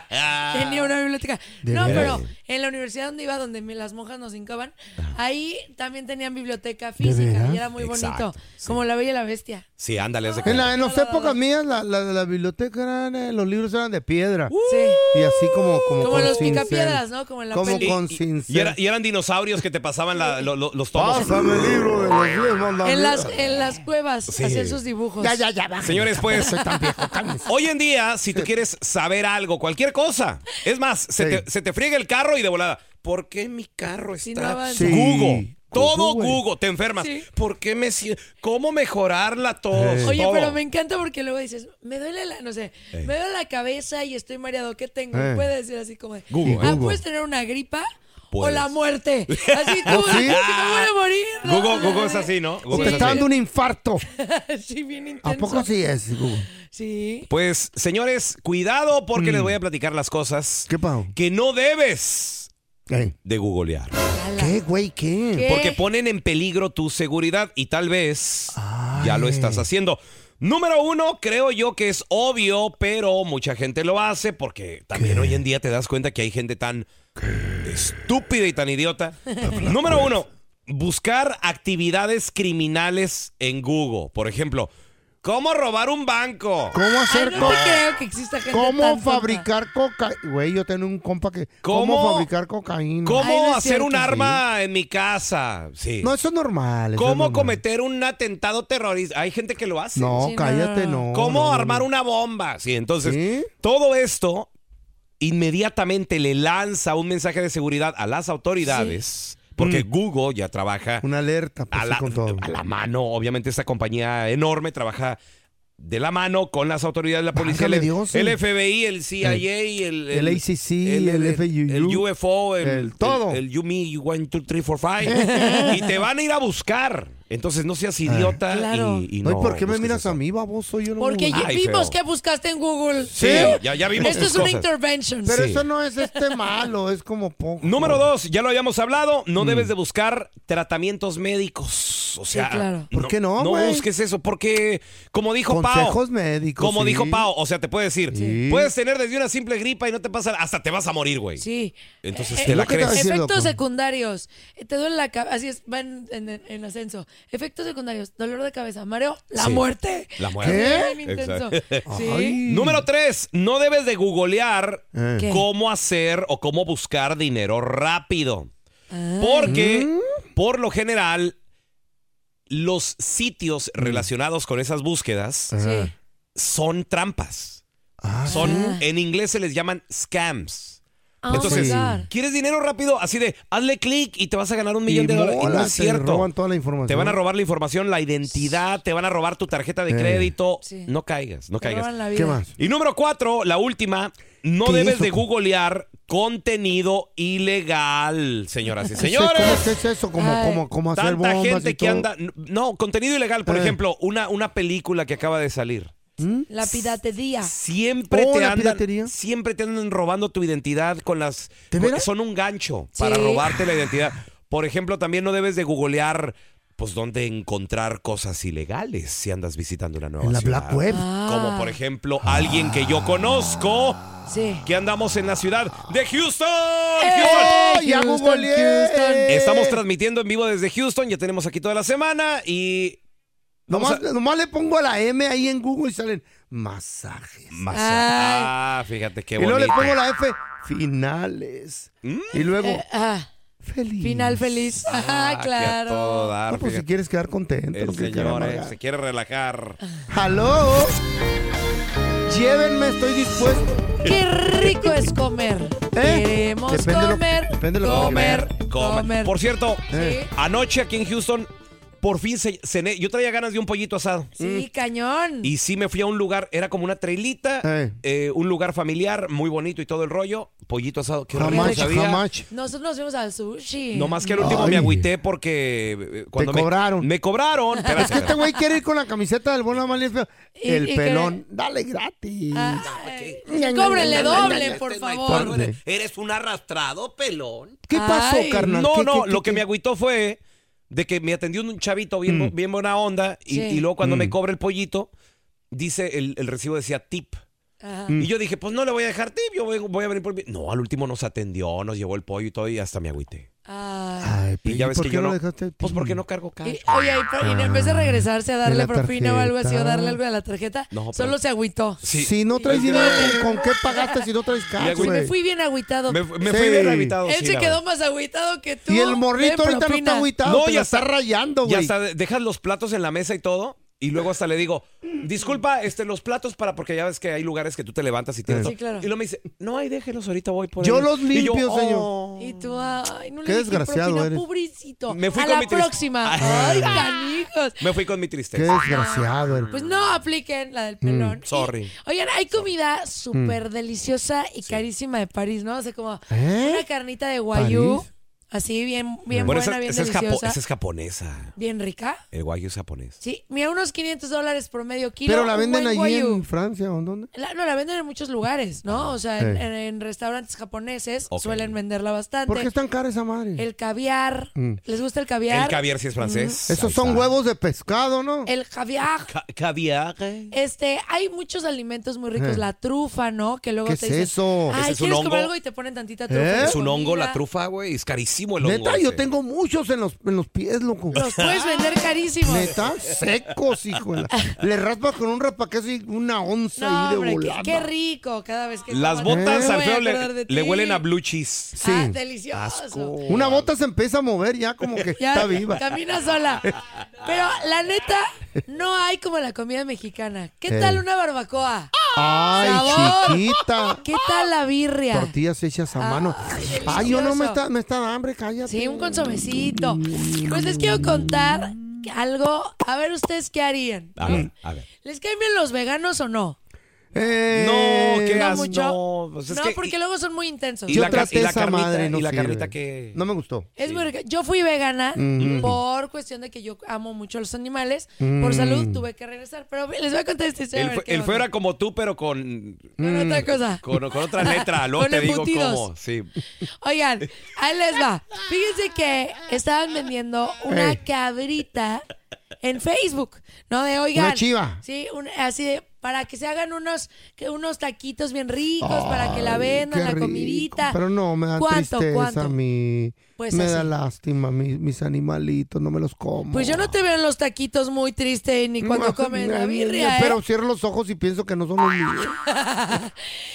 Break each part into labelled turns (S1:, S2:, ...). S1: tenía una biblioteca. No,
S2: veras?
S1: pero en la universidad donde iba, donde me- las monjas nos hincaban, ahí también tenían biblioteca física
S3: veras?
S1: y era muy
S2: Exacto,
S1: bonito.
S2: sí.
S1: Como la bella y la bestia.
S2: Sí, ándale. haz de
S3: En,
S2: cuenta.
S3: la, en las épocas mías, la, la, la biblioteca eran, eh, los libros eran de piedra.
S1: Sí.
S3: Y así como Como,
S1: Uh. Como
S3: con
S1: los
S3: cincel.
S1: picapiedras, ¿no? Como en la
S3: Como
S1: peli.
S3: con
S2: Y-
S3: cincel.
S2: y, era- y eran dinosaurios que te pasaban la- lo- lo- los tomos.
S3: Pásame el libro de los diez mandamientos.
S1: En las, en las cuevas hacían sus dibujos.
S3: Ya, ya, ya, baja.
S2: Señores, pues, hoy en día, si tú quieres saber algo, cualquier cosa, es más, se,
S3: Sí.
S2: te, se te friega el carro y de volada, ¿por qué mi carro
S1: Si no
S2: está
S1: avanza. Sí.
S2: Google? Todo
S3: Google.
S2: Google, te enfermas.
S1: Sí.
S2: ¿Por qué me si- ¿Cómo mejorarla todo?
S3: Eh.
S1: Oye,
S2: Todo.
S1: pero me encanta porque luego dices, me duele la, no sé, me duele la cabeza y estoy mareado, ¿qué tengo?
S3: Eh.
S1: Puedes decir así como, de,
S2: Google,
S1: ah,
S2: Google.
S1: puedes tener una gripa
S2: Puedes.
S1: o la muerte. Así tú,
S3: ¿sí?
S1: "Ay, me voy a morir. no,
S2: Google,
S1: no,
S2: Google
S1: no".
S2: es así, ¿no?
S3: O
S2: Google
S3: te
S2: es
S3: está
S2: así.
S3: dando un infarto.
S1: sí, bien intenso.
S3: ¿A poco sí es? Google?
S1: Sí.
S2: Pues, señores, cuidado porque les voy a platicar las cosas
S3: Mm. ¿Qué pao?
S2: que no debes
S3: Ey,
S2: de googlear.
S3: ¿Qué, güey? ¿Qué?
S1: ¿Qué?
S2: Porque ponen en peligro tu seguridad y tal vez ya lo
S3: Ay.
S2: estás haciendo. Número uno, creo yo que es obvio, pero mucha gente lo hace porque también hoy en día te das cuenta que hay gente tan estúpida y tan idiota. Número uno, buscar actividades criminales en Google. Por ejemplo, ¿cómo robar un banco?
S3: ¿Cómo
S1: Ay,
S3: hacer
S1: no te
S3: coca?
S1: creo que exista gente tan
S3: ¿Cómo
S1: tonta.
S3: fabricar coca? Güey, yo tengo un compa que. ¿Cómo,
S2: ¿Cómo?
S3: fabricar cocaína?
S2: ¿Cómo
S1: Ay, no es
S2: hacer
S1: cierto,
S2: un arma en mi casa? Sí.
S3: No, eso es normal. eso es
S2: ¿Cómo
S3: normal.
S2: cometer un atentado terrorista? Hay gente que lo hace.
S3: No,
S1: Sí, no.
S3: cállate, no.
S2: ¿Cómo
S3: no, no.
S2: armar una bomba? Sí, entonces,
S3: ¿Sí?
S2: todo esto inmediatamente le lanza un mensaje de seguridad a las autoridades, porque Google ya trabaja
S3: Mm. Una alerta pues,
S2: a
S3: sí,
S2: la,
S3: con todo.
S2: a la mano. Obviamente, esta compañía enorme trabaja de la mano con las autoridades de la policía,
S3: Válgame
S2: el,
S3: Dios, sí.
S2: el FBI, el CIA, y el,
S3: El ACC, el FUU,
S2: el UFO, el,
S3: el todo.
S2: El, el Yumi, One, Two, Three, Four, Five. y te van a ir a buscar. Entonces, no seas idiota.
S1: Claro.
S2: y, y
S3: Ah. No,
S2: no,
S3: ¿y por qué me
S2: busques
S3: miras
S2: eso.
S3: a mí, baboso? Yo no
S1: Porque ya
S2: Ay, feo.
S1: vimos que buscaste en Google.
S2: Sí, ya, ya vimos
S1: Esto
S2: tus
S1: es una
S2: cosas.
S1: intervention.
S3: Pero
S2: Sí.
S3: eso no es este malo, es como poco.
S2: Número dos, ya lo habíamos hablado,
S3: Mm.
S2: no debes de buscar tratamientos médicos. O sea,
S1: claro.
S3: ¿Por qué no,
S2: No
S3: güey?
S2: busques eso, porque como dijo Pau,
S3: Consejos médicos.
S2: como
S3: sí.
S2: dijo Pau, o sea, te puede decir,
S3: Sí.
S2: puedes tener desde una simple gripa y no te pasa, hasta te vas a morir, güey.
S1: Sí.
S2: Entonces
S1: Eh,
S2: te la
S3: lo que te
S2: crees.
S3: decía,
S1: Efectos
S3: loco.
S1: secundarios. Eh, Te duele la cabeza. Así es, va en, en- en ascenso. Efectos secundarios. Dolor de cabeza. Mareo. La
S2: Sí.
S1: muerte.
S2: La muerte.
S1: Bien intenso.
S2: Exacto.
S1: Sí.
S3: Ay.
S2: Número tres, no debes de googlear
S3: Eh.
S1: ¿Qué?
S2: cómo hacer o cómo buscar dinero rápido.
S1: Ah.
S2: Porque,
S3: ¿Mm?
S2: por lo general, los sitios
S3: Mm.
S2: relacionados con esas búsquedas
S3: Ajá.
S1: Sí.
S2: son trampas.
S3: Ah,
S2: Son,
S1: Ah.
S2: en inglés se les llaman scams.
S1: Oh my
S2: Entonces,
S1: God.
S2: ¿quieres dinero rápido? Así de, hazle clic y te vas a ganar un millón
S3: Y
S2: de dólares. Y no
S3: mola,
S2: es
S3: te
S2: cierto.
S3: roban toda la información.
S2: Te van a robar la información, la identidad, te van a robar tu tarjeta de
S3: Eh.
S2: crédito.
S1: Sí.
S2: No caigas, no
S1: Te roban
S2: caigas.
S1: la vida.
S3: ¿Qué más?
S2: Y número cuatro, la última, no
S3: ¿Qué
S2: debes
S3: hizo,
S2: de
S3: compa?
S2: googlear contenido ilegal, señoras y
S3: ¿Qué es eso? ¿Cómo- ¿Qué
S2: señores.
S3: es eso? ¿Cómo,
S1: Ay.
S3: cómo, cómo hacer
S2: Tanta
S3: bombas y
S2: gente que
S3: todo?
S2: anda... No, contenido ilegal, por
S3: Eh.
S2: ejemplo, una, una película que acaba de salir.
S1: La piratería.
S2: Siempre
S3: Oh,
S2: te
S3: la
S2: andan,
S3: piratería.
S2: siempre te andan robando tu identidad con las
S3: ¿De
S2: con-
S3: veras?
S2: son un gancho
S1: Sí.
S2: para robarte la identidad. Por ejemplo, también no debes de googlear pues dónde encontrar cosas ilegales si andas visitando una nueva
S3: En la
S2: ciudad.
S3: Black Web.
S2: Como por ejemplo, alguien que yo conozco
S1: Sí.
S2: que andamos en la ciudad de Houston.
S1: ¡Eh!
S2: Houston.
S3: ¡Oh, ya
S1: Houston,
S3: googleé!
S1: Houston.
S2: Estamos transmitiendo en vivo desde Houston, ya tenemos aquí toda la semana y
S3: Nomás,
S2: vamos
S3: nomás le pongo a la M ahí en Google y salen masajes.
S2: Masa- Ah, fíjate qué
S3: y luego
S2: bonito. Mm.
S3: le pongo la F, finales. Y luego,
S1: Eh, ah,
S3: feliz.
S1: final feliz. Ah,
S2: Ah, que a todo
S1: claro.
S2: dar,
S3: No, pues si
S2: fíjate.
S3: quieres quedar contento. no
S2: El
S3: que
S2: señor
S3: quedar
S2: eh,
S3: amargado.
S2: se quiere relajar.
S3: ¡Aló! Llévenme, estoy dispuesto.
S1: Qué rico es comer.
S3: ¿Eh?
S1: Queremos
S3: Depende de lo-
S1: comer.
S3: depende de lo que
S1: comer,
S2: Comer,
S1: comer.
S2: comer. Por cierto,
S1: Sí.
S2: anoche aquí en Houston, por fin ce- cené. Yo traía ganas de un pollito asado.
S1: Sí, cañón.
S2: Y sí me fui a un lugar, era como una trailita,
S3: Eh.
S2: eh, un lugar familiar, muy bonito y todo el rollo. Pollito asado, qué
S3: How
S2: rico
S3: much,
S2: sabía.
S3: how much?
S1: Nosotros nos fuimos al sushi.
S2: No más que al último
S3: Ay.
S2: me agüité porque eh, cuando me
S3: cobraron.
S2: Me cobraron. Espérate,
S3: Este güey quiere ir con la camiseta del bueno, mal y feo.
S1: Y-
S3: El
S1: y que- Ah,
S3: pelón. Dale gratis.
S1: Ay, Cóbrenle Eh,
S2: Este
S1: doble, por favor.
S3: Tarde.
S2: Eres un arrastrado, pelón.
S3: ¿Qué pasó,
S1: Ay.
S3: carnal?
S2: No,
S3: ¿Qué-
S2: no,
S3: qué-
S2: lo
S3: qué- Mm.
S2: que me agüitó fue de que me atendió un chavito bien, bu- bien buena onda y,
S1: Sí.
S2: y luego cuando me cobra el pollito, dice el, el recibo decía tip.
S1: Ajá.
S2: Y yo dije, pues no le voy a dejar tip, yo voy, voy a venir por mi... No, al último nos atendió, nos llevó el pollo y todo y hasta me agüité.
S1: Ay.
S3: Ay,
S2: Y
S3: ¿y
S2: ya ves
S3: ¿por
S2: que
S3: qué
S2: yo
S3: no
S2: no...
S3: dejaste?
S2: Pues porque no cargo cash.
S1: Y, oye, y, por- y en vez de regresarse a
S3: De
S1: darle
S3: la
S1: propina o algo así, o
S3: tarjeta.
S1: darle algo de la tarjeta,
S2: No, pero-
S1: solo se agüitó.
S2: Sí.
S3: Si no traes dinero, ¿con, con qué pagaste si no traes cash,
S2: agüita.
S1: Sí, me
S3: güey?
S1: fui bien agüitado.
S2: Me, me
S3: Sí.
S2: fui bien agüitado.
S1: Él
S2: sí,
S1: se
S2: la
S1: quedó
S2: verdad.
S1: más agüitado que tú.
S3: Y el
S1: Ven,
S3: morrito ahorita no
S1: propina.
S3: está agüitado.
S2: No,
S3: te
S2: ya
S3: la está
S2: está-
S3: rayando,
S2: Ya
S3: güey.
S2: hasta de- dejas los platos en la mesa y todo. Y luego hasta le digo, disculpa, este, los platos para, porque ya ves que hay lugares que tú te levantas y tienes.
S1: Sí, claro.
S2: Y luego me dice, no, ahí déjelos, ahorita voy por
S3: Yo
S2: ellos".
S3: los
S2: Y
S3: limpio, señor.
S2: "Oh".
S1: Y tú, ay, no le
S3: Qué
S1: dejé
S3: desgraciado
S1: propina,
S3: eres.
S1: pobrecito.
S2: Me fui
S1: a
S2: con
S1: la
S2: mi triste-
S1: próxima.
S2: Ay.
S1: Ay, canijos.
S2: Me fui con mi
S3: Qué
S2: tristeza.
S3: desgraciado, el-
S1: Pues no apliquen
S3: Mm,
S1: la del pelón. Y-
S2: Sorry.
S1: oigan, hay comida súper deliciosa y carísima de París, ¿no? O sea, como
S3: ¿Eh?
S1: una carnita de guayú,
S3: ¿París?
S1: así bien, bien
S2: Bueno,
S1: buena,
S2: esa,
S1: bien
S2: esa es japo-
S1: deliciosa.
S2: esa es japonesa.
S1: Bien rica.
S2: El guayo es japonés.
S1: Sí, mira, unos 500 dólares por medio kilo.
S3: Pero la
S1: un
S3: venden
S1: buen
S3: allí
S1: guayú.
S3: en Ah, Francia o en dónde.
S1: La- no, la venden en muchos lugares, ¿no? O sea, en,
S3: Sí.
S1: en- en restaurantes japoneses
S2: Ok.
S1: suelen venderla bastante.
S3: ¿Por qué Mm. es tan cara esa madre?
S1: El caviar. ¿Les gusta el caviar?
S2: El caviar sí es
S3: Esos
S2: francés. Ahí
S3: son
S2: está.
S3: huevos de pescado, ¿no?
S1: El caviar.
S2: Ca- caviar. eh.
S1: Este, hay muchos alimentos muy ricos.
S3: Eh.
S1: La trufa, ¿no? Que luego
S3: ¿Qué
S1: te
S3: es
S1: dicen,
S3: eso?
S1: Ay,
S2: ¿Ese es un
S1: ¿quieres
S2: hongo?
S1: comer algo? Y te ponen tantita trufa.
S3: ¿Eh?
S1: en la
S2: Es un hongo,
S1: comida.
S2: la trufa, güey. Es carísimo el hongo.
S3: Neta, yo
S2: ese.
S3: tengo muchos en los, en los pies, loco.
S1: Los puedes vender carísimos.
S3: Neta, secos, hijo. de la- Le raspas con un rapaquez y una onza
S1: No,
S3: pues ahí de
S1: hombre, qué-
S3: volada. Eh.
S1: qué, rico cada vez que
S2: Las
S1: como.
S2: botas
S1: Me
S2: al
S1: voy a
S2: feo
S1: acordar de
S2: le, le
S1: ti.
S2: huelen a blue cheese.
S3: Sí.
S1: Ah, delicioso.
S3: Una bota se empieza a mover ya como que
S1: Ya,
S3: está viva.
S1: Camina sola. Pero la neta, no hay como la comida mexicana. ¿Qué
S3: Ey.
S2: Eh.
S1: tal una barbacoa?
S3: Ay,
S1: Sabor.
S3: chiquita.
S1: ¿Qué tal la birria?
S3: Tortillas hechas a mano.
S1: Ay,
S3: Ay, yo no me
S1: delicioso.
S3: está, me está dando hambre, cállate.
S1: Sí, un consomecito. Pues les quiero contar algo. A ver, ¿ustedes qué harían?
S3: Mm.
S2: A ver, a ver.
S1: ¿Les caen bien los veganos o no?
S3: Eh,
S2: No, qué
S1: no
S2: asco.
S1: mucho.
S2: No, pues es
S1: no,
S2: que-
S1: porque luego son muy intensos.
S2: y
S3: Yo
S2: la ca-
S3: traté
S2: y la
S3: esa
S2: carnita,
S3: madre, no
S2: y la
S3: sirve.
S2: carnita que-
S3: No me gustó.
S1: Es muy rica. Yo fui vegana
S2: Mm.
S1: por cuestión de que yo amo mucho a los animales. Por salud tuve que regresar. Pero les voy a contar esta historia.
S2: El,
S1: a ver
S2: fe-
S1: qué
S2: el feo
S1: onda.
S2: era como tú, pero con, Mm.
S1: Con otra cosa.
S2: con, con otra letra. Luego
S1: Con
S2: te digo
S1: embutidos.
S2: cómo. Sí.
S1: Oigan, ahí les va. Fíjense que estaban vendiendo una
S3: Ey.
S1: cabrita en Facebook, ¿no? De oigan.
S3: Una chiva.
S1: Sí, un- así de para que se hagan unos que unos taquitos bien ricos, para que la
S3: Ay,
S1: vendan,
S3: qué
S1: la
S3: rico.
S1: comidita.
S3: Pero no, me da
S1: ¿Cuánto,
S3: tristeza
S1: cuánto?
S3: a mí.
S1: Pues
S3: me da
S1: así.
S3: lástima mi- mis animalitos, no me los como.
S1: Pues yo no te veo en los taquitos muy triste ni cuando comen la birria, ¿eh?
S3: Pero cierro los ojos y pienso que no son los míos.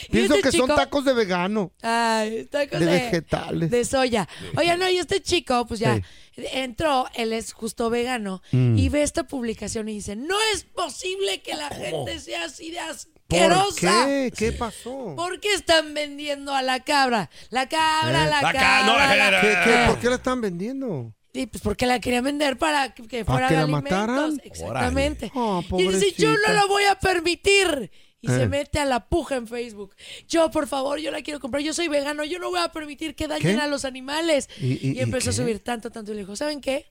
S1: Y
S3: Pienso
S1: este
S3: que son
S1: chico-
S3: tacos de vegano.
S1: Ay, tacos
S3: De vegetales.
S1: De soya. Oye, no, y este chico, pues ya entró, él es justo vegano,
S3: Mm.
S1: y ve esta publicación y dice: No es posible que la gente sea así de
S3: ¿Por
S1: asquerosa.
S3: qué? ¿Qué pasó?
S1: ¿Por qué están vendiendo a la cabra? La cabra,
S3: Eh.
S2: La
S1: la,
S2: ca-
S1: cabra.
S2: no, la-
S1: la-
S3: ¿Qué- qué- ¿Por qué la están vendiendo?
S1: Sí, pues porque la quería vender para que- que
S3: ¿Para
S1: fuera
S3: que la
S1: alimentos.
S3: mataran?
S1: Exactamente.
S3: Órale. Oh,
S1: y dice, yo
S3: pobrecita.
S1: no lo voy a permitir. Y
S3: Eh.
S1: se mete a la puja en Facebook. Yo, por favor, yo la quiero comprar. Yo soy vegano. Yo no voy a permitir que dañen
S3: ¿Qué?
S1: a los animales.
S3: ¿Y- y- y
S1: empezó a
S3: qué?
S1: subir tanto, tanto. Y le dijo, ¿saben qué?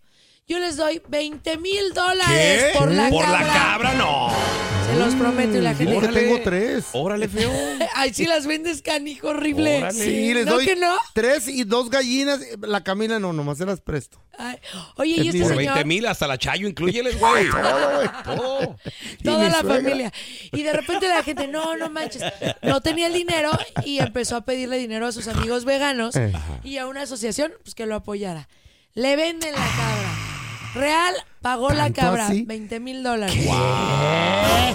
S1: Yo les doy 20 mil dólares por la
S2: ¿Por
S1: cabra.
S2: la cabra? No.
S1: Se los prometo. Y la
S3: Dile
S1: gente...
S3: que tengo tres.
S2: Órale, feo.
S1: Ay, sí las vendes, canijo, horrible.
S2: Órale.
S3: Sí, les
S1: ¿No
S3: doy
S1: que no?
S3: tres y dos gallinas. La Camila no, nomás se las presto.
S1: Ay, Oye, y
S3: Es
S1: este
S3: mi-
S2: Por
S1: señor...
S2: 20 mil hasta la Chayo, incluyeles, güey. Todo.
S3: Y
S1: Toda
S3: mi
S1: la
S3: suegra.
S1: familia. Y de repente la gente, no, no manches. No tenía el dinero y empezó a pedirle dinero a sus amigos veganos
S3: Eh.
S1: y a una asociación pues, que lo apoyara. Le venden la cabra. Real pagó la
S3: ¿Tanto
S1: cabra
S3: así?
S1: 20 mil dólares.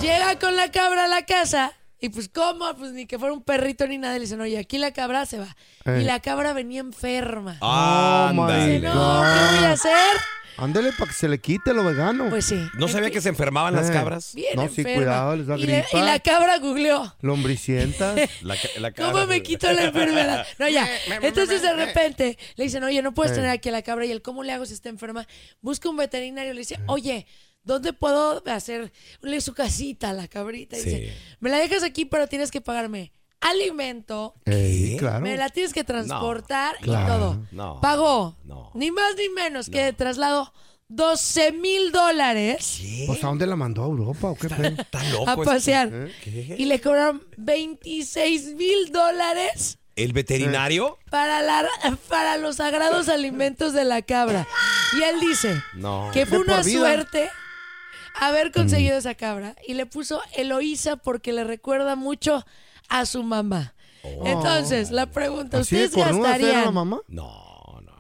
S1: Llega con la cabra a la casa y pues, ¿cómo? Pues ni que fuera un perrito ni nada. Le dicen, oye, aquí la cabra se va.
S3: Eh.
S1: Y la cabra venía enferma.
S2: Ah, Ándale.
S3: my
S1: Dice, no, ¿qué
S3: God.
S1: voy a hacer?
S3: Ándale para que se le quite lo vegano.
S1: Pues sí.
S2: ¿No sabía que se enfermaban las
S3: Eh.
S2: cabras?
S1: Bien
S3: No, sí,
S1: enferma.
S3: cuidado, les da
S1: y, le- y
S3: gripa.
S1: la cabra googleó.
S3: Lombricientas.
S2: La ca- la
S1: ¿Cómo
S2: cabra-
S1: me quito la enfermedad? No, ya. Entonces de repente le dicen, oye, no puedes tener aquí a la cabra. Y él, ¿cómo le hago si está enferma? Busca un veterinario. Le dice, oye, ¿dónde puedo hacer le su casita a la cabrita? Y
S2: Sí.
S1: dice, me la dejas aquí, pero tienes que pagarme alimento.
S3: Ey, claro.
S1: Me la tienes que transportar y
S3: claro.
S1: todo.
S2: No.
S1: Pagó.
S2: No.
S1: Ni más ni menos que de traslado 12 mil dólares
S3: Pues, ¿a dónde la mandó a Europa o qué pedo?
S2: Está
S1: a
S2: loco. este-
S1: pasear. Y le cobraron 26 mil dólares
S2: ¿El veterinario?
S1: para, la, para los sagrados alimentos de la cabra. Y él dice
S2: No.
S1: que fue
S3: De por
S1: una
S3: vida. Mm.
S1: suerte haber conseguido esa cabra. Y le puso Eloísa porque le recuerda mucho a su mamá. Entonces, la pregunta,
S3: Oh. ¿Así de
S1: ¿ustedes
S3: cornuda era la
S1: gastarían
S3: mamá? Mm.
S2: No, no.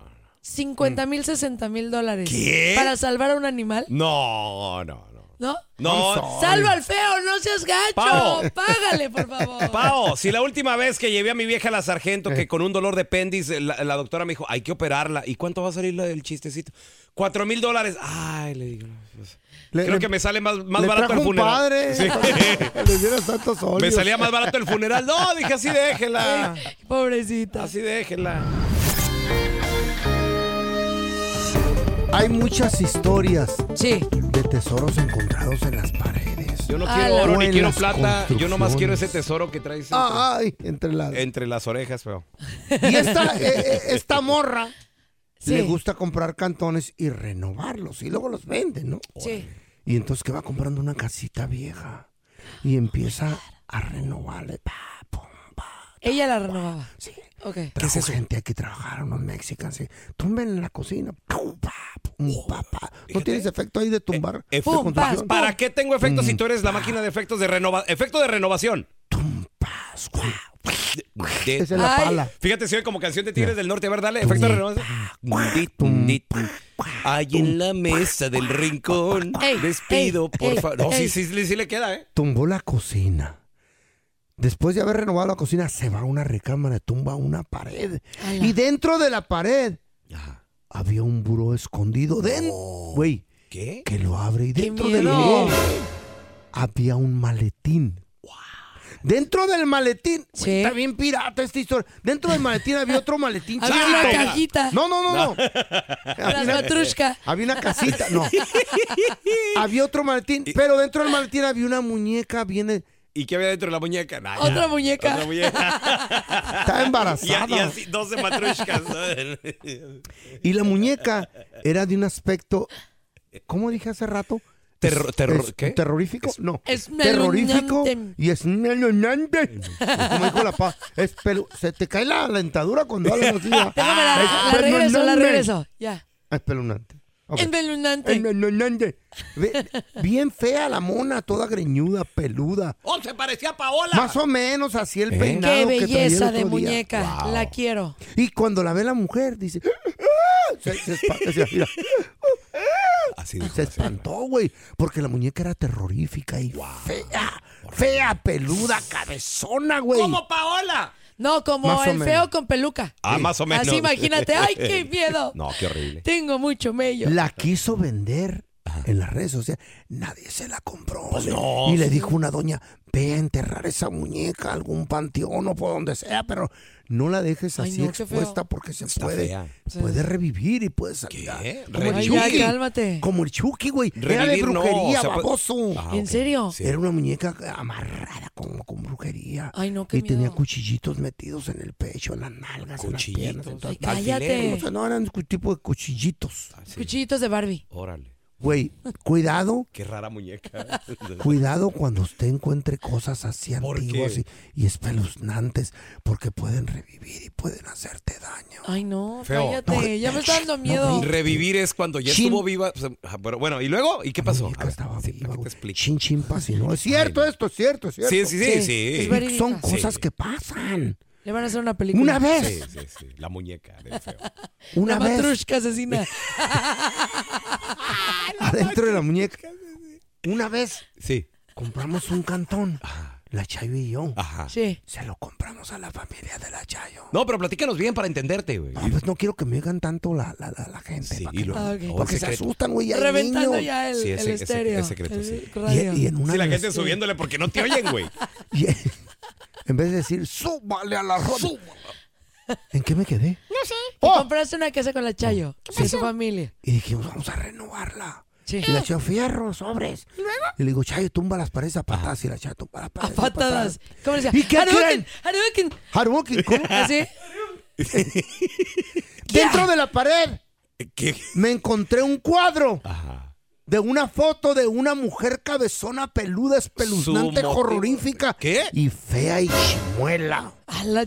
S1: 50 mil, 60 mil dólares para salvar a un animal?
S2: No, no, no.
S1: ¿No?
S2: No,
S1: Salva al feo, no seas gacho.
S2: Pao.
S1: Págale, por favor.
S2: Pao, si la última vez que llevé a mi vieja a la sargento, que con un dolor de apéndice, la, la doctora me dijo, hay que operarla. ¿Y cuánto va a salir la- el chistecito? Cuatro mil dólares. Ay, le digo. pues,
S3: Le-
S2: creo
S3: le-
S2: que me sale más, más
S3: le
S2: barato
S3: trajo
S2: el
S3: un
S2: funeral.
S3: padre.
S2: Sí.
S3: Le dieron tantos soles.
S2: me salía más barato el funeral. No, dije, así déjela.
S1: Pobrecita.
S2: Así déjela.
S3: Hay muchas historias
S1: Sí.
S3: de tesoros encontrados en las paredes.
S2: Yo no
S1: Ah,
S2: quiero
S1: la-
S2: oro
S3: O
S2: ni
S3: en
S2: quiero
S3: las
S2: plata. Yo nomás quiero ese
S3: construcciones.
S2: tesoro que traes entre,
S3: Ay, entre las...
S2: entre las orejas, feo.
S3: Y esta, eh, eh, esta morra
S1: Sí.
S3: le gusta comprar cantones y renovarlos y luego los vende, ¿no?
S1: Sí.
S3: Y entonces que va comprando una casita vieja y empieza a renovarle. Pa, pum, pa.
S1: Ella la renovaba.
S3: Sí.
S1: Ok.
S3: Trajo gente aquí trabajar, unos mexicanos. Sí. Tumben en la cocina. Pum, pa, pum,
S1: Oh,
S3: pa, pa. ¿No tienes efecto ahí de tumbar?
S2: Efe-
S3: de
S1: pum, pa,
S3: construcción?
S1: pa.
S3: Mm.
S2: ¿Para qué tengo efectos si tú eres la máquina de efectos de renovación? Efecto de renovación.
S3: Pum, pa,
S2: De-
S3: Esa es la
S1: Ay.
S3: pala.
S2: Fíjate, se oye como canción de Tigres del Norte. A ver, dale, efecto renovado. Ahí en la mesa del rincón.
S1: Ey,
S2: Despido,
S1: ey,
S2: por
S1: ey,
S2: favor. No, sí,
S1: ey.
S2: sí, sí, sí le queda, ¿eh?
S3: Tumbó la cocina. Después de haber renovado la cocina, se va a una recámara, tumba una pared.
S1: Ala.
S3: Y dentro de la pared había un buró escondido. Den- Güey,
S2: ¿Qué?
S3: que lo abre y
S1: ¡Qué
S3: dentro del
S1: miedo!
S3: buró había un maletín. Dentro del maletín, güey,
S1: Sí.
S3: está bien pirata esta historia. Dentro del maletín había otro maletín
S1: Había una
S3: chiquito.
S1: cajita.
S3: No, no, no, no. Había
S1: Las
S3: una-
S1: matrushka.
S3: había una casita, no. había otro maletín, pero dentro del maletín había una muñeca bien. eh,
S2: ¿Y qué había dentro de la muñeca? Nada.
S1: Otra muñeca.
S2: Otra muñeca.
S3: Estaba
S2: y, y
S3: embarazada.
S2: así, 12 matrushkas.
S3: Y la muñeca era de un aspecto, ¿cómo dije hace rato?
S2: Terro-
S3: Es-
S2: terro-
S3: es-
S2: ¿qué?
S3: Terrorífico, no.
S1: Es
S3: terrorífico
S1: espeluznante.
S3: y es espeluznante. Como dijo la paz, se te cae la dentadura cuando hablas así. ¿ah?
S1: Déjame la, la
S3: Espeluznante.
S1: regreso, la regreso. Ya.
S3: Espeluznante. Ok.
S1: Envenenante.
S3: Espeluznante. Ve- Bien fea la mona, toda greñuda, peluda.
S2: ¡Oh, se parecía a Paola!
S3: Más o menos así el peinado
S1: ¿Eh? Qué
S3: que traía el
S1: belleza
S3: otro
S1: de
S3: día.
S1: muñeca. La quiero.
S3: Y cuando la ve la mujer, dice. "Ah", Se, se espanta, se mira.
S2: Así dijo.
S3: Se espantó, güey, porque la muñeca era terrorífica y fea, fea, peluda, cabezona, güey.
S2: ¡Como Paola!
S1: No, como
S3: Más o
S1: el
S3: menos.
S1: feo con peluca.
S2: Ah, más o menos.
S1: Así imagínate. ¡Ay, qué miedo!
S2: No, qué horrible.
S1: Tengo mucho mello.
S3: La quiso vender en las redes sociales. Nadie se la compró.
S1: Pues
S3: güey.
S2: no.
S3: Y le dijo una doña, ve a enterrar esa muñeca a algún panteón o por donde sea, pero no la dejes
S1: Ay,
S3: así
S1: no, qué feo.
S3: expuesta porque se puede,
S2: fea.
S3: puede revivir y puede salir. a-
S2: ¿Qué?
S3: Como el
S1: Ay,
S2: Revivir.
S1: ya,
S3: Chucky.
S1: cálmate.
S3: Como el Chucky, güey. Era de
S2: Revivir, no,
S3: brujería,
S2: o sea, pues-
S3: baboso.
S1: ¿En serio?
S3: Era una muñeca amarrada como con brujería.
S1: Ay, no, qué
S3: Y tenía
S1: miedo.
S3: cuchillitos metidos en el pecho, en las nalgas, en las piernas. en
S2: Cuchillitos.
S3: todas
S1: Ay,
S3: partes.
S1: cállate.
S3: O sea, no eran cu- tipo de cuchillitos.
S1: Cuchillitos de Barbie.
S2: Órale.
S3: Güey, cuidado,
S2: Qué rara muñeca.
S3: cuidado cuando usted encuentre cosas así
S2: ¿Por qué?
S3: antiguas y, y espeluznantes, porque pueden revivir y pueden hacerte
S2: Ah,
S3: daño.
S1: Ay, no,
S2: Feo.
S1: cállate.
S3: No,
S1: ya me está dando
S3: no,
S1: miedo.
S3: no,
S2: Revivir es cuando ya
S3: Chin.
S2: estuvo viva. pues, ah, Pero bueno, ¿y luego? ¿Y qué pasó?
S3: muñeca
S2: A ver,
S3: estaba
S2: sí,
S3: viva,
S2: ¿para qué
S3: güey.
S2: te explico?
S3: Chin, chin, pasinó. Es cierto esto, es cierto, es cierto.
S2: Sí, sí, sí,
S1: Sí,
S2: sí.
S1: es verdad. sí.
S3: Son
S1: Sí.
S3: cosas que pasan.
S1: Le van a hacer una película.
S3: Una
S2: Sí,
S3: vez,
S2: sí, sí. La muñeca del feo.
S3: una
S1: Una
S3: vez,
S1: matrushka asesina.
S3: adentro de la muñeca. Una vez
S2: Sí.
S3: compramos un cantón,
S2: Ah.
S3: la Chayo y yo.
S2: Ajá.
S1: Sí.
S3: Se lo compramos a la familia de la Chayo.
S2: No, pero platícanos bien para entenderte, güey.
S3: No, pues no quiero que me digan tanto la, la, la, la gente.
S2: Sí,
S3: pa'
S2: y
S3: que-
S2: lo-
S1: Ah, ok.
S2: o
S3: Porque
S2: el
S3: se
S2: secreto.
S3: asustan, güey. hay
S1: Reventando
S3: niños.
S1: ya el,
S2: Sí, es
S1: el
S2: sec- es sec-
S1: estéreo.
S2: es secreto,
S1: el
S2: sí.
S1: radio.
S3: Y, y en una
S2: Sí, la
S3: de
S2: gente
S3: las-
S2: subiéndole porque no te oyen, güey.
S3: y- en vez de decir, súbale a la ropa. ¿En qué me quedé?
S1: Y
S3: ¡Oh!
S1: compraste una casa con la Chayo. De su familia.
S3: Y dijimos, vamos a renovarla.
S1: Sí.
S3: Y la Chayo, fierro, sobres. ¿Y, le digo, Chayo, tumba las paredes
S2: Ah.
S3: a patadas. Y la Chayo, tumba las
S1: A
S3: paredes
S1: patadas. ¿Cómo decía?
S3: ¿Y qué creen?
S1: Haruken,
S3: Haruki,
S1: Haruken.
S3: ¿cómo?
S1: Así.
S3: Dentro de la pared
S2: ¿Qué?
S3: me encontré un cuadro.
S2: Ajá.
S3: de una foto de una mujer cabezona peluda, espeluznante,
S2: Su motivo.
S3: horrorífica
S2: ¿Qué?
S3: y fea y chimuela.
S1: A la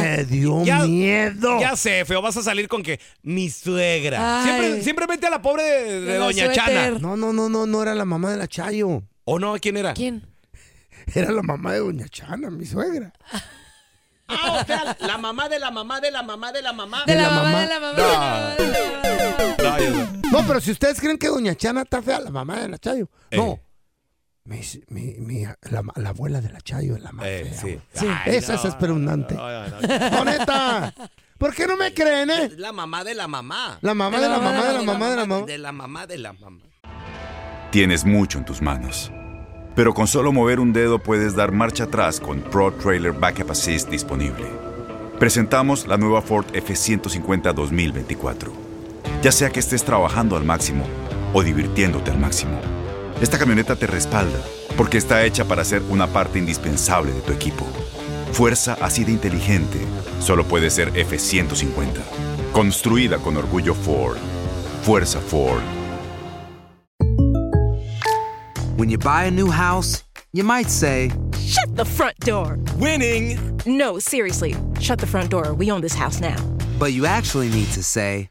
S3: Ay, me dio
S2: ya-
S3: miedo.
S2: Ya sé, feo, vas a salir con que mi suegra.
S1: Ay.
S2: Siempre, siempre vete a la pobre de, de
S1: De la
S2: doña
S1: suéter.
S2: Chana.
S3: No, no, no, no, no era la mamá de la Chayo.
S2: ¿O no? ¿Quién era?
S1: ¿Quién?
S3: Era la mamá de Doña Chana, mi suegra.
S2: Ah, o sea, la mamá de la mamá de la mamá de la mamá.
S1: De
S3: la
S1: la mamá,
S3: mamá?
S1: de la mamá. de la mamá, de la mamá, de la mamá.
S2: Ah,
S3: No, pero si ustedes creen que Doña Chana está fea, la mamá de la Chayo. No. Mi, mi- mi- la, la abuela de la Chayo es la más
S2: Eh,
S3: fea.
S2: sí.
S3: güey. Esa es espeluznante. No, neta. ¿Por qué no me creen, eh?
S2: La mamá de la mamá.
S3: La mamá de la mamá de la mamá de la mamá.
S2: De la mamá de la mamá.
S4: Tienes mucho en tus manos. Pero con solo mover un dedo puedes dar marcha atrás con Pro Trailer Backup Assist disponible. Presentamos la nueva Ford F150 2024. Ya sea que estés trabajando al máximo o divirtiéndote al máximo, esta camioneta te respalda porque está hecha para ser una parte indispensable de tu equipo. Fuerza así de inteligente solo puede ser F150. Construida con orgullo Ford. Fuerza Ford.
S5: When you buy a new house, you might say,
S6: Shut the front door.
S2: Winning.
S6: No, seriously, shut the front door. We own this house now.
S5: but you actually need to say,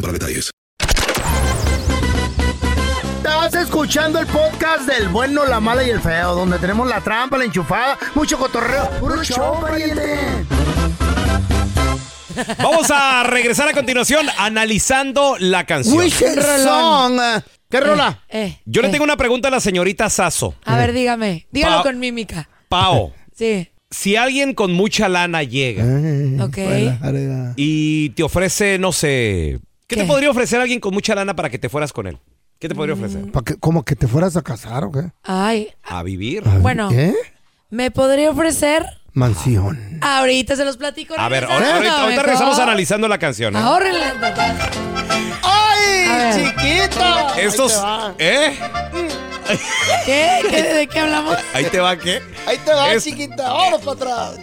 S7: para detalles.
S8: Estás escuchando el podcast del bueno, la mala y el feo, donde tenemos la trampa, la enchufada, mucho cotorreo. ¡Puro show, pariente!
S2: Vamos a regresar a continuación analizando la canción.
S1: Wicked Song.
S3: ¿Qué
S1: rola? Eh,
S2: Yo le
S1: eh.
S2: tengo una pregunta a la señorita Sasso.
S1: A ver, dígame. Dígalo
S2: Pa-
S1: con mímica.
S2: Pao,
S1: Sí,
S2: si alguien con mucha lana llega
S1: Eh.
S3: Eh.
S2: Mm,
S1: ok.
S2: y te ofrece, no sé, ¿qué, te
S1: ¿Qué? Mm.
S2: podría ofrecer alguien con mucha lana para que te fueras con él? ¿Qué te podría ofrecer?
S3: ¿Para que, ¿Como que te fueras a casar o qué?
S1: Ay,
S2: A vivir.
S1: bueno,
S3: ¿Qué?
S1: me podría ofrecer.
S3: Mansión.
S1: Ahorita se los platico.
S2: A ver, ahor-
S1: regresando,
S2: ahorita, ahorita
S1: mejor.
S2: regresamos analizando la canción. ¿eh?
S1: Ahórrenle, papá.
S8: ¡Ay,
S1: A ver.
S8: chiquito!
S2: Estos, ¿eh?
S1: ¿Qué? ¿Qué? ¿De qué hablamos?
S2: Ahí te va, ¿qué?
S8: Ahí te va,
S2: Es-
S8: chiquita. Ahora para atrás.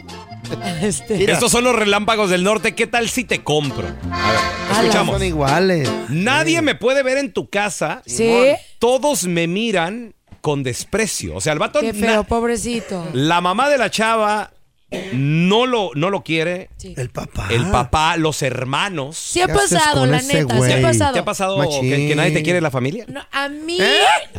S1: Este.
S2: Estos son los relámpagos del norte. ¿Qué tal si te compro? A ver, escuchamos.
S3: Son iguales.
S2: Nadie me puede ver en tu casa.
S1: Sí.
S2: Todos me miran con desprecio. O sea, el vato.
S1: Qué
S2: na-
S1: feo, pobrecito.
S2: la mamá de la chava no lo, no lo quiere.
S1: Sí. Ah.
S3: El papá.
S2: El papá, los hermanos.
S1: Sí ha
S3: ¿Qué haces
S1: pasado,
S3: con
S1: la
S3: ese
S1: neta. Sí ha
S3: güey?
S1: pasado.
S2: ¿Te ha pasado
S3: Machín.
S2: que, que nadie te quiere en la familia?
S1: No, a mí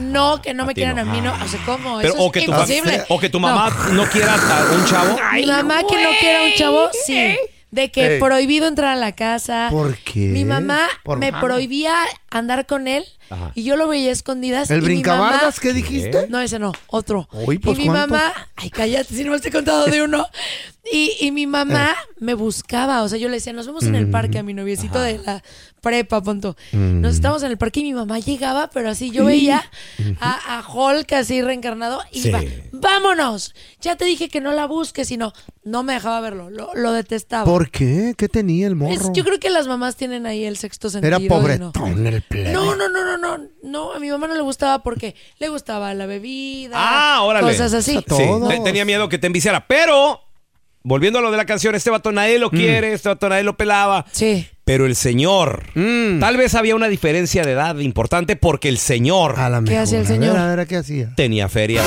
S1: no, que no me
S2: ti
S1: quieran
S2: no.
S1: a mí no. O sea, ¿cómo?
S2: Pero,
S1: Eso
S2: o, que
S1: es
S2: tu fam-
S1: imposible.
S2: o que tu mamá no, quiera a un chavo.
S1: No. Mi mamá que no quiera un chavo, sí. De que prohibido entrar a la casa.
S3: ¿Por qué?
S1: Mi mamá
S3: Por
S1: me
S3: malo.
S1: prohibía andar con él
S2: Ajá.
S1: y yo lo veía a escondidas.
S3: ¿El
S1: y mi mamá...
S3: brincabardas que dijiste?
S1: No, ese no, otro.
S3: Uy, pues,
S1: y mi
S3: ¿cuántos?
S1: mamá, ay, cállate, si no me te he contado de uno. Y, y mi mamá
S2: Eh.
S1: me buscaba, o sea, yo le decía, nos vemos en
S2: Mm.
S1: el parque a mi noviecito de la prepa, punto.
S2: Mm.
S1: Nos estábamos en el parque y mi mamá llegaba, pero así yo veía a, a Hulk así reencarnado y
S2: Sí.
S1: iba, vámonos, ya te dije que no la busques, sino no me dejaba verlo, lo, lo detestaba.
S3: ¿Por qué? ¿Qué tenía el morro?
S1: Es- yo creo que las mamás tienen ahí el sexto sentido.
S3: Era
S1: y no.
S3: pobretón el plebe.
S1: No, no, no, no, no, no, a mi mamá no le gustaba porque le gustaba la bebida.
S2: Ah, órale.
S1: Cosas así.
S3: Eso
S2: Sí,
S3: Todos.
S2: te- tenía miedo que te enviciara. Pero, volviendo a lo de la canción, este vato nadie
S3: Mm.
S2: lo quiere, este vato nadie lo pelaba.
S1: Sí.
S2: Pero el señor,
S3: Mm.
S2: tal vez había una diferencia de edad importante porque el señor
S3: A la
S1: ¿Qué
S3: mejor.
S1: hacía el
S3: A ver,
S1: señor?
S3: A ver, ¿a ¿qué hacía?
S2: tenía feria.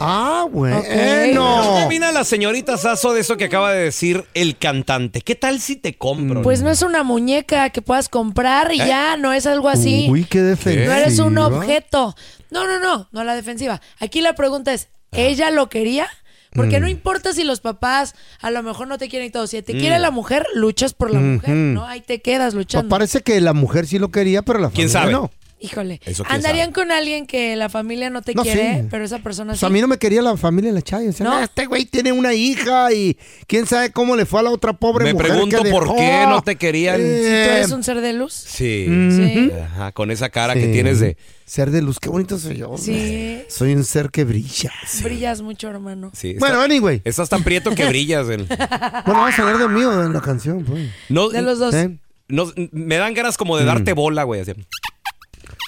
S3: Ah, bueno. Pues
S1: Ok.
S2: ¿Qué
S3: no.
S2: opina la señorita Sasso de eso que acaba de decir el cantante? ¿Qué tal si te compro?
S1: Pues no es una muñeca que puedas comprar
S2: Eh.
S1: y ya, no es algo así.
S3: Uy, qué defensiva.
S1: no eres un objeto. No, no, no, no a la defensiva. Aquí la pregunta es,
S3: Ah.
S1: ¿ella lo quería? Porque
S3: Mm.
S1: no importa si los papás a lo mejor no te quieren y todo. Si
S2: Mm.
S1: te quiere la mujer, luchas por la mujer, ¿no? Ahí te quedas
S3: Pues
S1: luchando.
S3: parece que la mujer sí lo quería, pero la
S2: ¿Quién
S3: familia
S2: sabe?
S3: no.
S1: Híjole.
S2: Eso quién
S1: Andarían con alguien que la familia no te
S3: No,
S1: quiere,
S3: sí.
S1: pero esa persona
S3: Pues
S1: sí.
S3: a mí no me quería la familia de la Chayo. Decían,
S1: No.
S3: "Ah, Este güey tiene una hija y quién sabe cómo le fue a la otra pobre
S2: Me
S3: mujer.
S2: pregunto
S3: que
S2: por
S3: dejó".
S2: qué no te querían.
S1: ¿Tú
S3: Eh,
S1: eres un ser de luz?
S2: Sí.
S1: Sí.
S2: Ajá, con esa cara
S3: sí.
S2: que tienes de...
S3: Ser de luz, qué bonito soy yo.
S1: Sí.
S3: hombre. Soy un ser que brilla.
S1: Brillas mucho, hermano.
S2: Sí, está-
S3: Bueno, anyway.
S2: Estás tan prieto que brillas. en-
S3: Bueno, vamos a hablar de mío en la canción, pues.
S2: No,
S1: De los dos.
S3: ¿Eh?
S2: no- me dan ganas como de
S3: Mm.
S2: darte bola, güey. así.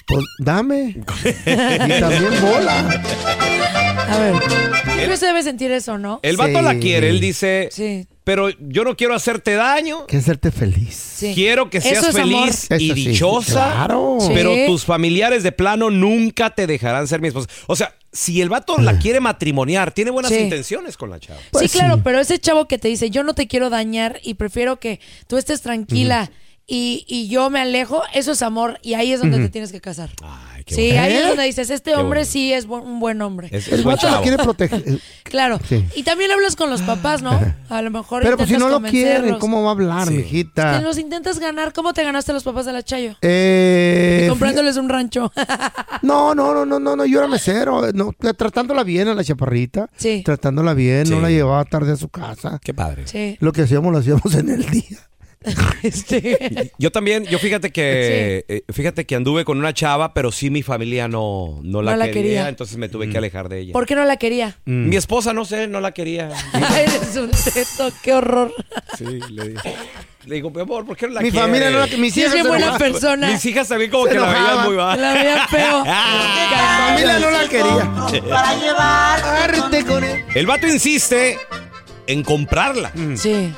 S3: Pues dame. y también bola.
S1: A ver. ¿Cómo se debe sentir eso, no?
S2: El vato
S3: Sí.
S2: la quiere, él dice,
S1: Sí.
S2: pero yo no quiero hacerte daño,
S3: Que hacerte feliz.
S1: Sí.
S2: quiero que
S1: Eso
S2: seas
S1: es amor.
S2: feliz y
S3: Eso sí,
S2: dichosa,
S3: Claro.
S1: Sí.
S2: pero tus familiares de plano nunca te dejarán ser mi esposa. O sea, si el vato la quiere matrimoniar, tiene buenas
S1: Sí.
S2: intenciones con la chava.
S3: Pues
S1: sí, claro,
S3: sí.
S1: pero ese chavo que te dice, yo no te quiero dañar y prefiero que tú estés tranquila y, y yo me alejo, eso es amor y ahí es donde te tienes que casar.
S2: Ay, qué
S1: Sí,
S2: bueno.
S1: ahí es
S3: ¿Eh?
S1: donde dices, este hombre
S2: bonito.
S1: sí es bu- un buen hombre.
S2: Es- es
S3: El
S2: buen
S3: vato la
S2: chavo.
S3: quiere proteger.
S1: Claro.
S3: Sí.
S1: Y también hablas con los papás, ¿no? A lo mejor
S3: Pero pues si no
S1: intentas
S3: lo quiere,
S1: convencerlos.
S3: ¿cómo va a hablar,
S2: Sí.
S1: Te
S3: mijita?
S1: los intentas ganar, ¿cómo te ganaste a los papás de la Chayo?
S3: Eh,
S1: Comprándoles un rancho.
S3: No, no, no, no, no, no, yo era mesero, no, tra- tratándola bien a la chaparrita,
S1: Sí.
S3: tratándola bien, no
S2: Sí.
S3: la llevaba tarde a su casa.
S2: Qué padre.
S1: sí.
S3: Lo que hacíamos lo hacíamos en el día.
S1: Este,
S2: Yo también, yo fíjate que eh, fíjate que anduve con una chava, pero sí mi familia no, no, la,
S1: No la
S2: quería,
S1: quería.
S2: entonces me tuve que alejar de ella.
S1: ¿Por qué no la quería?
S2: Mi esposa, no sé, no la quería.
S1: Eres un teto, qué horror.
S2: Sí, le dije. Le digo, mi amor, ¿por qué no la
S1: Mi
S2: quieres?
S1: familia no la que- mis Sí, es hijas bien se buena enojaban. persona.
S2: Mis hijas también como
S1: Se
S2: que la veían
S1: enojaban.
S2: muy baja.
S1: La veían feo.
S2: Ah.
S8: Mi familia no la quería.
S1: llevar.
S8: Agárrate con él.
S2: El vato insiste en comprarla.
S1: Sí.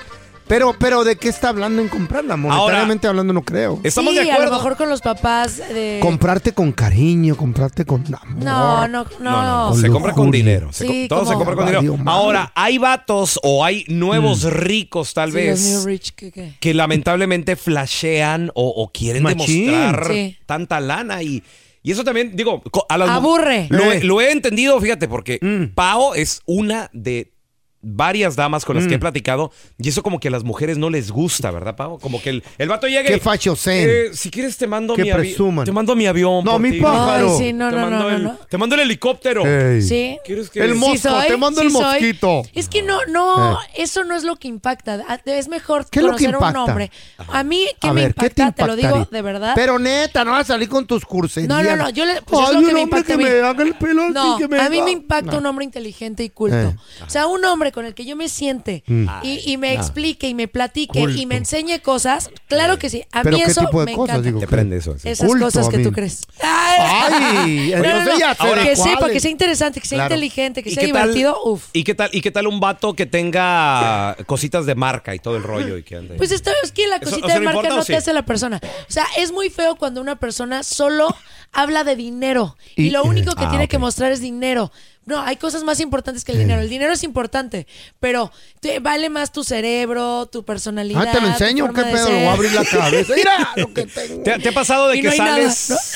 S3: Pero, pero, ¿de qué está hablando en comprarla? Monetariamente hablando, no creo.
S1: Sí, a lo mejor con los papás de...
S3: Comprarte con cariño, comprarte con amor.
S1: No, no, no.
S2: no, se compra con dinero. Se
S1: Sí,
S2: co- todo se
S1: como-
S2: compra con dinero.
S3: Valió madre.
S2: Ahora, hay vatos o hay nuevos ricos, tal
S1: Mm. Sí,
S2: vez.
S1: Dios mío, Rich, ¿qué, qué?
S2: que lamentablemente flashean o, o quieren
S1: Machín.
S2: demostrar
S1: Sí.
S2: tanta lana y, y eso también, digo, co- a las mu-
S1: Aburre.
S2: Lo, he-
S1: Eh.
S2: lo he entendido, fíjate, porque
S3: Mm.
S2: Pao es una de varias damas con las
S3: Mm.
S2: que he platicado y eso como que a las mujeres no les gusta, ¿verdad, Pao? Como que el, el vato llega
S3: Qué
S2: y...
S3: fachosén.
S2: eh, si quieres te mando
S3: Que
S2: mi avi-
S3: presuman.
S2: Te mando mi avión.
S3: No,
S2: por
S3: mi
S2: ti.
S3: pájaro. Eh. Ay, sí,
S1: no,
S2: te,
S1: no,
S2: mando
S1: no, no,
S2: el,
S1: no.
S2: te mando el helicóptero.
S3: Ey.
S1: Sí.
S2: ¿Quieres que-
S3: El
S1: Sí
S3: mosco,
S1: soy,
S3: te mando
S1: sí
S3: el
S1: soy.
S3: mosquito.
S1: Es que no, no,
S3: Eh.
S1: eso no es lo que impacta. A- Es mejor
S3: ¿Qué es lo que
S1: conocer a un
S3: impacta?
S1: hombre. A mí, ¿qué
S3: A
S1: me
S3: ver, ¿qué te
S1: impacta? te, lo digo
S3: impactaría?
S1: de verdad.
S3: Pero neta, no vas a salir con tus curserías.
S1: No, no, no, yo le- pues es
S3: Ay,
S1: lo
S3: un
S1: que
S3: hombre
S1: me impacta a
S3: que
S1: mí.
S3: me haga el pelo así,
S1: No,
S3: que me
S1: a mí
S3: haga-
S1: me impacta
S3: No.
S1: un hombre inteligente y culto.
S3: Eh.
S1: O sea, un hombre con el que yo me siente
S3: Mm.
S1: y, y me
S3: Ay, no.
S1: explique y me platique
S3: Culto.
S1: y me enseñe cosas, claro que sí. A
S3: ¿Pero
S1: mí
S3: qué
S1: eso
S3: tipo de
S1: me
S3: cosas?
S1: encanta.
S3: Digo, Te ¿qué? prende eso, así.
S1: Esas
S3: Culto,
S1: cosas que
S3: a mí.
S1: tú crees.
S3: Ay,
S1: No, no,
S3: entonces
S1: no,
S3: ya sé de
S1: Que sepa,
S3: cuáles.
S1: que sea interesante, que sea
S2: Claro.
S1: inteligente, que
S2: ¿Y
S1: sea
S2: qué tal-
S1: divertido. Uf.
S2: ¿Y qué tal y qué tal un vato que tenga cositas de marca y todo el rollo y que ande?
S1: Pues esto es que la
S2: Eso-
S1: cosita
S2: ¿eso no
S1: de marca
S2: importa o
S1: no
S2: sí?
S1: te hace la persona. O sea, es muy feo cuando una persona solo habla de dinero y,
S3: Y-
S1: lo único que
S3: ah,
S1: tiene
S3: ok.
S1: que mostrar es dinero. No, hay cosas más importantes que el dinero. El dinero es importante, pero te- vale más tu cerebro, tu personalidad.
S3: Ah, te lo
S1: tu
S3: enseño,
S1: forma
S3: qué
S1: de
S3: pedo,
S1: ser.
S3: lo voy a abrir la cabeza. Mira lo que tengo.
S2: ¿Te, te ha pasado de
S1: Y
S2: que
S1: no hay nada,
S2: sales?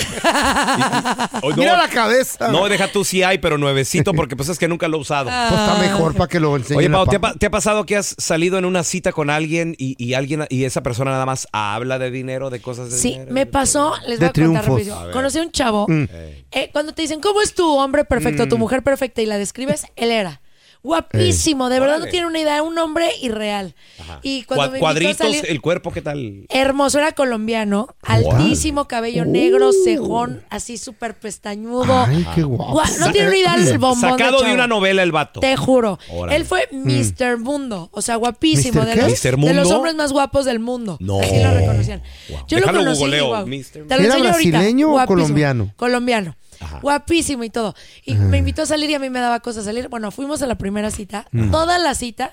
S2: Oh, no.
S3: Mira la cabeza.
S2: No, deja tú si hay, pero nuevecito, porque pues es que nunca lo he usado.
S1: Ah.
S3: Pues está mejor para que lo enseñe.
S2: Oye,
S3: la
S2: Pau, ¿te ha,
S3: pa-
S2: pa- te ha pasado que has salido en una cita con alguien y, y alguien y esa persona nada más habla de dinero, de cosas de
S1: Sí,
S2: dinero?
S1: me pasó, les
S2: De
S1: voy a contar
S2: triunfos.
S1: rápido.
S2: A ver.
S1: Conocí a un chavo.
S2: Mm.
S1: eh, cuando te dicen, ¿cómo es tu hombre perfecto, tu
S2: Mm.
S1: mujer perfecta? Y la describes, él era. Guapísimo, de verdad no
S2: Órale.
S1: tiene una idea, un hombre irreal.
S2: Ajá.
S1: Y
S2: Cua-
S1: cuando me invitó a
S2: cuadritos,
S1: salir-
S2: el cuerpo, ¿qué tal?
S1: Hermoso, era colombiano, altísimo, cabello negro,
S2: Uh.
S1: cejón, así súper pestañudo.
S3: qué guapo.
S1: Guau, no tiene ni idea el bombón.
S2: eh, Sacado de,
S1: chavo.
S2: una novela el vato.
S1: Te juro.
S2: Órale.
S1: Él fue
S3: Mm.
S1: Mr. Mundo, o sea, guapísimo.
S2: ¿Mr.
S1: De
S2: qué?
S1: los,
S2: ¿Mr.
S1: de los
S2: Mundo?
S1: hombres más guapos del mundo.
S2: No.
S1: Así lo reconocían. Yo
S2: Déjalo
S1: lo conocí.
S2: googleo,
S1: guau.
S2: Mr.
S1: Te lo
S3: ¿Era
S1: enseño ahorita.
S3: brasileño o
S1: Guapísimo.
S3: colombiano? Ah.
S1: Colombiano. Guapísimo y todo. Y me invitó a salir y a mí me daba cosa salir. Bueno, fuimos a la primera cita.
S3: Mm.
S1: Toda la cita,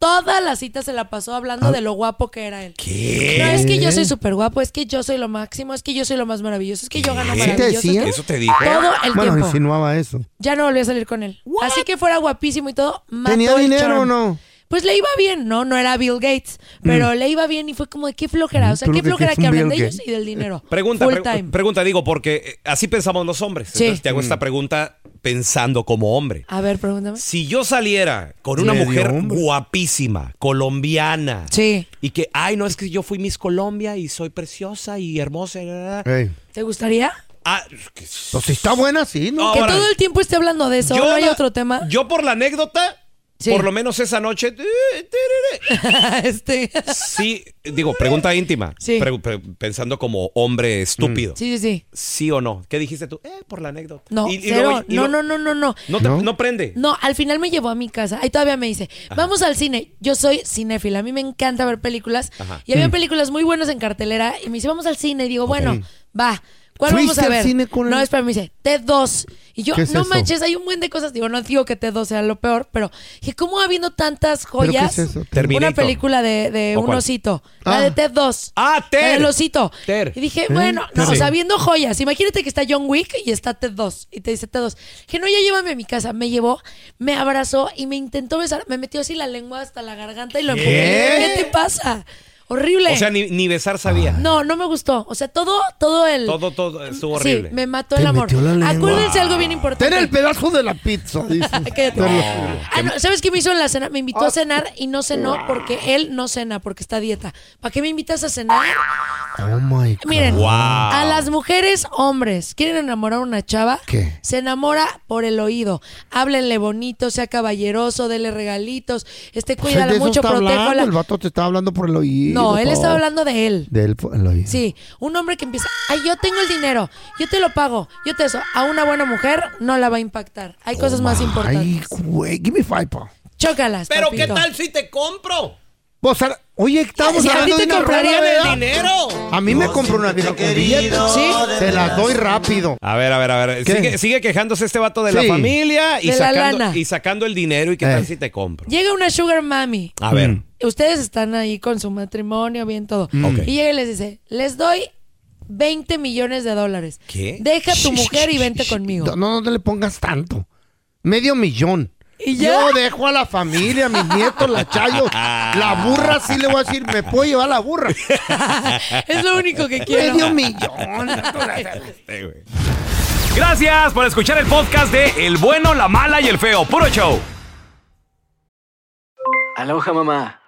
S1: toda la cita se la pasó
S3: Ah.
S1: hablando de lo guapo que era él. No, es que yo soy súper guapo, es que yo soy lo máximo, es que yo soy lo más maravilloso, es que yo gano
S3: ¿Sí
S1: maravilloso.
S3: te
S1: es que-
S3: decía?
S2: Eso te dijo.
S1: Todo el
S3: bueno,
S1: tiempo.
S3: insinuaba eso.
S1: Ya no volví a salir con él. Así que fuera guapísimo y todo. mató
S3: ¿Tenía
S1: el
S3: dinero o
S1: charm.
S3: no?
S1: Pues le iba bien, ¿no? No era Bill Gates, pero le iba bien y fue como de qué flojera. O sea,
S2: Mm. Tú lo
S1: qué
S2: que
S1: flojera
S2: quieres es un
S1: que hablen de
S2: Bill
S1: ellos
S2: Gates.
S1: y del dinero.
S2: Pregunta,
S1: Full
S2: pre-
S1: time.
S2: pregunta, digo, porque eh, así pensamos los hombres.
S1: Sí.
S2: Entonces te hago
S1: Mm.
S2: esta pregunta pensando como hombre.
S1: A ver, pregúntame.
S2: Si yo saliera con una
S1: Medio
S2: mujer guapísima, colombiana, y que, ay, no, es que yo fui Miss Colombia y soy preciosa y hermosa. la, la,
S3: Eh.
S2: la.
S1: ¿Te gustaría?
S2: Ah,
S3: Pues si está buena, sí, ¿no?
S1: que
S2: Ahora,
S1: todo el tiempo esté hablando de eso.
S2: yo
S1: no hay
S2: la-
S1: otro tema.
S2: Yo por la anécdota,
S1: Sí.
S2: por lo menos esa noche, eh,
S1: este.
S2: sí, digo, pregunta íntima,
S1: Sí. Mm.
S2: pre- pre- pensando como hombre estúpido.
S1: Sí, sí, sí.
S2: ¿Sí o no? ¿Qué dijiste tú? Eh, por la anécdota.
S1: No,
S2: Y- y
S1: cero.
S2: luego- y
S1: no,
S2: luego-
S1: no, no, no, no.
S2: No, te- no prende.
S1: No, al final me llevó a mi casa. Ahí todavía me dice, vamos al cine. Yo soy cinéfila, a mí me encanta ver películas.
S2: Ajá.
S1: Y había
S2: Mm.
S1: películas muy buenas en cartelera. Y me dice, vamos al cine. Y digo, bueno, va. ¿Cuál
S3: ¿Fuiste
S1: vamos a
S3: al
S1: ver?
S3: cine con
S1: no,
S3: él?
S1: espera, me dice, T2. Y yo,
S3: ¿Qué es
S1: no
S3: eso?
S1: manches, hay un buen de cosas. Digo, no digo que T2 sea lo peor, pero dije, ¿cómo habiendo tantas
S3: ¿Pero qué
S1: joyas?
S3: es eso?
S1: Una
S3: Terminator.
S1: película de, de
S3: ¿O
S1: un
S3: cuál?
S1: osito. La de T2.
S2: Ah,
S1: La
S2: Ter.
S1: del osito.
S2: Ter.
S1: Y dije,
S2: ¿Eh?
S1: bueno, no,
S2: Sí.
S1: o sea, viendo joyas. Imagínate que está John Wick y está T2. Y te dice T2. Que no, ya llévame a mi casa. Me llevó, me abrazó y me intentó besar. Me metió así la lengua hasta la garganta y lo
S2: ¿Qué?
S1: empujé. ¿Qué te pasa? Horrible.
S2: O sea, ni, ni besar sabía.
S1: Ah. no, no me gustó. O sea, todo, todo el.
S2: Todo, todo estuvo horrible.
S1: Sí, me mató
S2: Te
S1: el amor.
S2: metió la lengua.
S1: Acuérdense algo bien importante.
S3: Ten el pedazo de la pizza, dice.
S1: Cállate.
S3: No.
S1: Ah, no, ¿Sabes qué me hizo en la cena? Me invitó
S2: Oh.
S1: a cenar y no cenó porque él no cena, porque está a dieta. ¿Para qué me invitas a cenar?
S3: Oh my God.
S1: Miren,
S3: Wow.
S1: a las mujeres, hombres, quieren enamorar a una chava,
S3: ¿Qué?
S1: se enamora por el oído. Háblenle bonito, sea caballeroso, denle regalitos, este
S3: Pues de
S1: cuídala
S3: eso
S1: mucho,
S3: está hablando,
S1: protéjala.
S3: El vato te estaba hablando por el oído.
S1: No, él estaba hablando de él.
S3: De él, pues, lo hizo.
S1: Sí, un hombre que empieza, ay, yo tengo el dinero, yo te lo pago, yo te eso. A una buena mujer no la va a impactar. Hay cosas más
S3: Ay,
S1: importantes.
S3: güey, give me five, pa.
S1: Chócalas.
S2: Pero ¿qué
S1: papito.
S2: tal si te compro?
S3: Vos, ahora- oye, estamos
S2: Si a mí
S3: hablando
S2: te
S3: de una
S2: comprarían
S3: rola,
S2: el
S3: ¿verdad?
S2: dinero.
S3: A mí me compró una vieja con billete.
S2: Sí.
S3: Te las doy rápido.
S2: A ver, a ver, a ver.
S3: ¿Qué?
S2: Sigue, sigue quejándose este vato de la
S3: Sí.
S2: familia y,
S1: De la
S2: sacando,
S1: lana.
S2: y sacando el dinero. ¿Y qué
S3: Eh. Mm.
S2: tal si te compro?
S1: Llega una sugar mami.
S2: A ver.
S1: Ustedes están ahí con su matrimonio, bien todo.
S2: Mm. Ok.
S1: Y llega y les dice, les doy 20 millones de dólares.
S2: ¿Qué?
S1: Deja a tu mujer y vente conmigo.
S3: No, no, no le pongas tanto. Medio millón.
S1: ¿Y ya?
S3: Yo dejo a la familia, a mis nietos, la chayo. La burra sí le voy a decir, me puedo llevar la burra.
S1: Es lo único que quiero.
S3: Medio millón.
S2: Eh, güey.
S9: Gracias por escuchar el podcast de El bueno, la mala y el feo. Puro show.
S10: Aloha mamá.